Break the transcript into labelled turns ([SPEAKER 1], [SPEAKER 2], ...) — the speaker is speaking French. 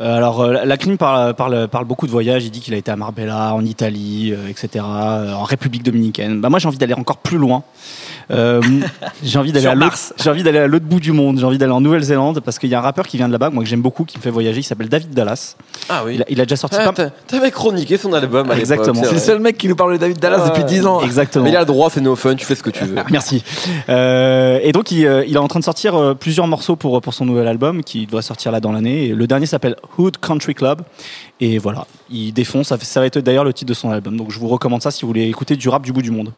[SPEAKER 1] Euh, alors, euh, Lacrim parle, parle, parle beaucoup de voyages. Il dit qu'il a été à Marbella, en Italie, euh, etc., euh, en République dominicaine. Bah, moi, j'ai envie d'aller encore plus loin. Euh, j'ai envie d'aller
[SPEAKER 2] Sur
[SPEAKER 1] à l'autre-
[SPEAKER 2] Mars.
[SPEAKER 1] j'ai envie d'aller à l'autre bout du monde. J'ai envie d'aller en Nouvelle-Zélande parce qu'il y a un rappeur qui vient de là-bas, moi que j'aime beaucoup, qui me fait voyager. Il s'appelle David Dallas.
[SPEAKER 2] Ah oui.
[SPEAKER 1] Il a, il a déjà sorti
[SPEAKER 2] Ah,
[SPEAKER 1] pas.
[SPEAKER 2] t'a- T'avais chroniqué son album à l'époque,
[SPEAKER 1] Exactement.
[SPEAKER 2] c'est
[SPEAKER 3] C'est le
[SPEAKER 2] vrai.
[SPEAKER 3] seul mec qui nous parle de David Dallas
[SPEAKER 2] Ouais.
[SPEAKER 3] depuis 10 ans.
[SPEAKER 1] Exactement.
[SPEAKER 2] Mais il a le droit, fais no fun, tu fais ce que tu veux.
[SPEAKER 1] Merci. Euh, et donc, il, euh, il est en train de sortir euh, plusieurs morceaux pour, pour son nouvel album qui doit sortir là dans l'année. Et Le dernier s'appelle Hood Country Club. Et voilà, il défonce. Ça, fait- ça va être d'ailleurs le titre de son album. Donc, je vous recommande ça si vous voulez écouter du rap du bout du monde.